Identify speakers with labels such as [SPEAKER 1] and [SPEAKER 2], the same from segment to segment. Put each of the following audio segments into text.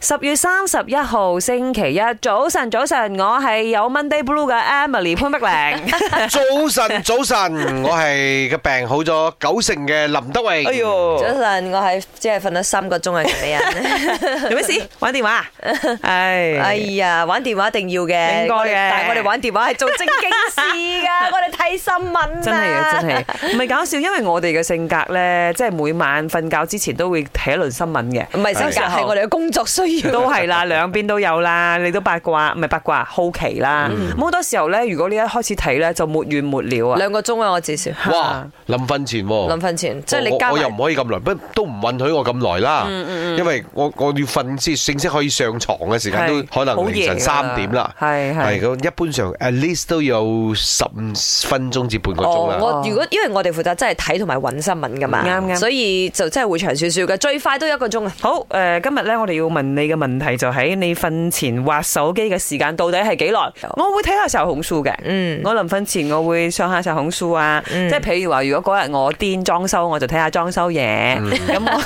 [SPEAKER 1] 十月三十一號星期一，早晨早晨，我係有 Monday Blue 嘅 Emily 潘碧 玲。
[SPEAKER 2] 早晨，早晨，我係個病好咗九成嘅林德榮。
[SPEAKER 3] 哎呦，
[SPEAKER 4] 早晨，我係只係瞓咗三個鐘嘅咁人。
[SPEAKER 1] 有咩事？玩電話 啊？唉，
[SPEAKER 4] 哎呀，玩電話一定要嘅，
[SPEAKER 1] 應該嘅
[SPEAKER 4] 但係我哋玩電話係做正經 事噶，我哋睇新聞啊
[SPEAKER 1] 真係啊，真係唔係搞笑，因為我哋嘅性格咧，即係每晚瞓覺之前都會睇一輪新聞 嘅。
[SPEAKER 4] 唔係性格，係我哋嘅工作需要。
[SPEAKER 1] 都係啦，兩邊都有啦，你都八卦，唔係八卦，好奇啦。
[SPEAKER 4] 嗯
[SPEAKER 1] 咁好、多時候咧，如果你一開始睇咧，就沒完沒了啊。
[SPEAKER 4] 兩個鐘啊，我至少
[SPEAKER 1] 哦
[SPEAKER 2] 哇，臨瞓前喎，
[SPEAKER 4] 臨瞓前，即係你
[SPEAKER 2] 我
[SPEAKER 4] 加
[SPEAKER 2] 我又
[SPEAKER 4] 埋
[SPEAKER 2] 唔可以咁耐，不都唔允許我咁耐啦。因為我我要瞓先正式可以上床嘅時間都
[SPEAKER 1] 係
[SPEAKER 2] 可能凌晨
[SPEAKER 1] 好夜㗎
[SPEAKER 2] 三點啦。
[SPEAKER 1] 係係
[SPEAKER 2] 係咁，一般上 at least 都有十五分鐘至半個鐘
[SPEAKER 4] 哦，
[SPEAKER 2] 啦。
[SPEAKER 4] 我如果因為我哋負責真係睇同埋揾新聞噶嘛，
[SPEAKER 1] 啱啱
[SPEAKER 4] 所以就真係會長少少嘅，最快都一個鐘啊。
[SPEAKER 1] 好，诶、今日咧，我哋要問你嘅問題就喺你瞓前滑手機嘅時間到底係幾耐？我會睇下小紅書嘅，
[SPEAKER 4] 嗯
[SPEAKER 1] 我臨瞓前我會上下小紅書啊，即係譬如話，如果嗰日我癲裝修，我就睇下裝修嘢，咁、我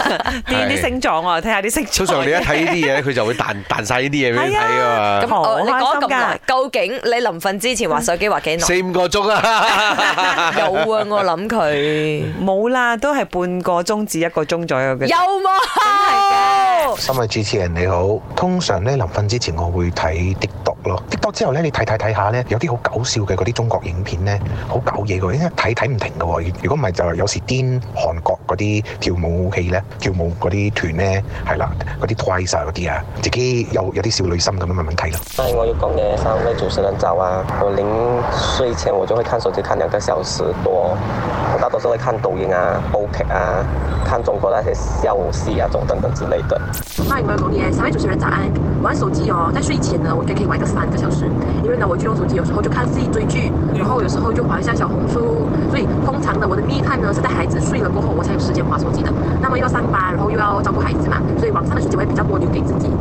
[SPEAKER 1] 癲啲星座，我就睇下啲星座。
[SPEAKER 2] 通常你一睇呢啲嘢咧，佢就會彈彈晒呢啲嘢俾你睇啊嘛。
[SPEAKER 4] 咁我你
[SPEAKER 1] 好
[SPEAKER 4] 講
[SPEAKER 1] 開
[SPEAKER 4] 咁
[SPEAKER 1] 心
[SPEAKER 4] 耐
[SPEAKER 1] 㗎，
[SPEAKER 4] 究竟你臨瞓之前滑手機滑幾 耐？
[SPEAKER 2] 四五個鐘啊！
[SPEAKER 4] 有啊，我諗佢
[SPEAKER 1] 冇啦，都係半個鐘至一個鐘左右嘅。
[SPEAKER 4] 有冇？
[SPEAKER 5] 三位主持人你好，通常咧臨瞓之前我會睇 TikTok 咯，TikTok 之後咧你睇睇睇下咧，有啲好搞笑嘅嗰啲中國影片咧，好搞嘢嘅，因為睇睇唔停嘅喎。如果唔係就有時癲韓國嗰啲跳舞戲咧，跳舞嗰啲團咧係啦，嗰啲 Twice 啊嗰啲啊，自己有有啲少女心咁樣慢慢睇咯。
[SPEAKER 6] 嗨，我有空耶，三位主持人早啊！我临睡前我就会看手机看两个小时多，我大多数会看抖音啊、OK 啊，看中国那些笑戏啊，种等等之类的。
[SPEAKER 7] 欢迎光临耶！三位主持人早安。玩手机哦，在睡前呢，我应该可以玩个三个小时，因为呢，我就用手机有时候就看自己追剧，然后有时候就划一下小红书，所以通常呢，我的密探呢是在孩子睡了过后，我才有时间划手机的。那么又要上班，然后又要照顾孩子嘛，所以晚上的时间会比较多留给自己。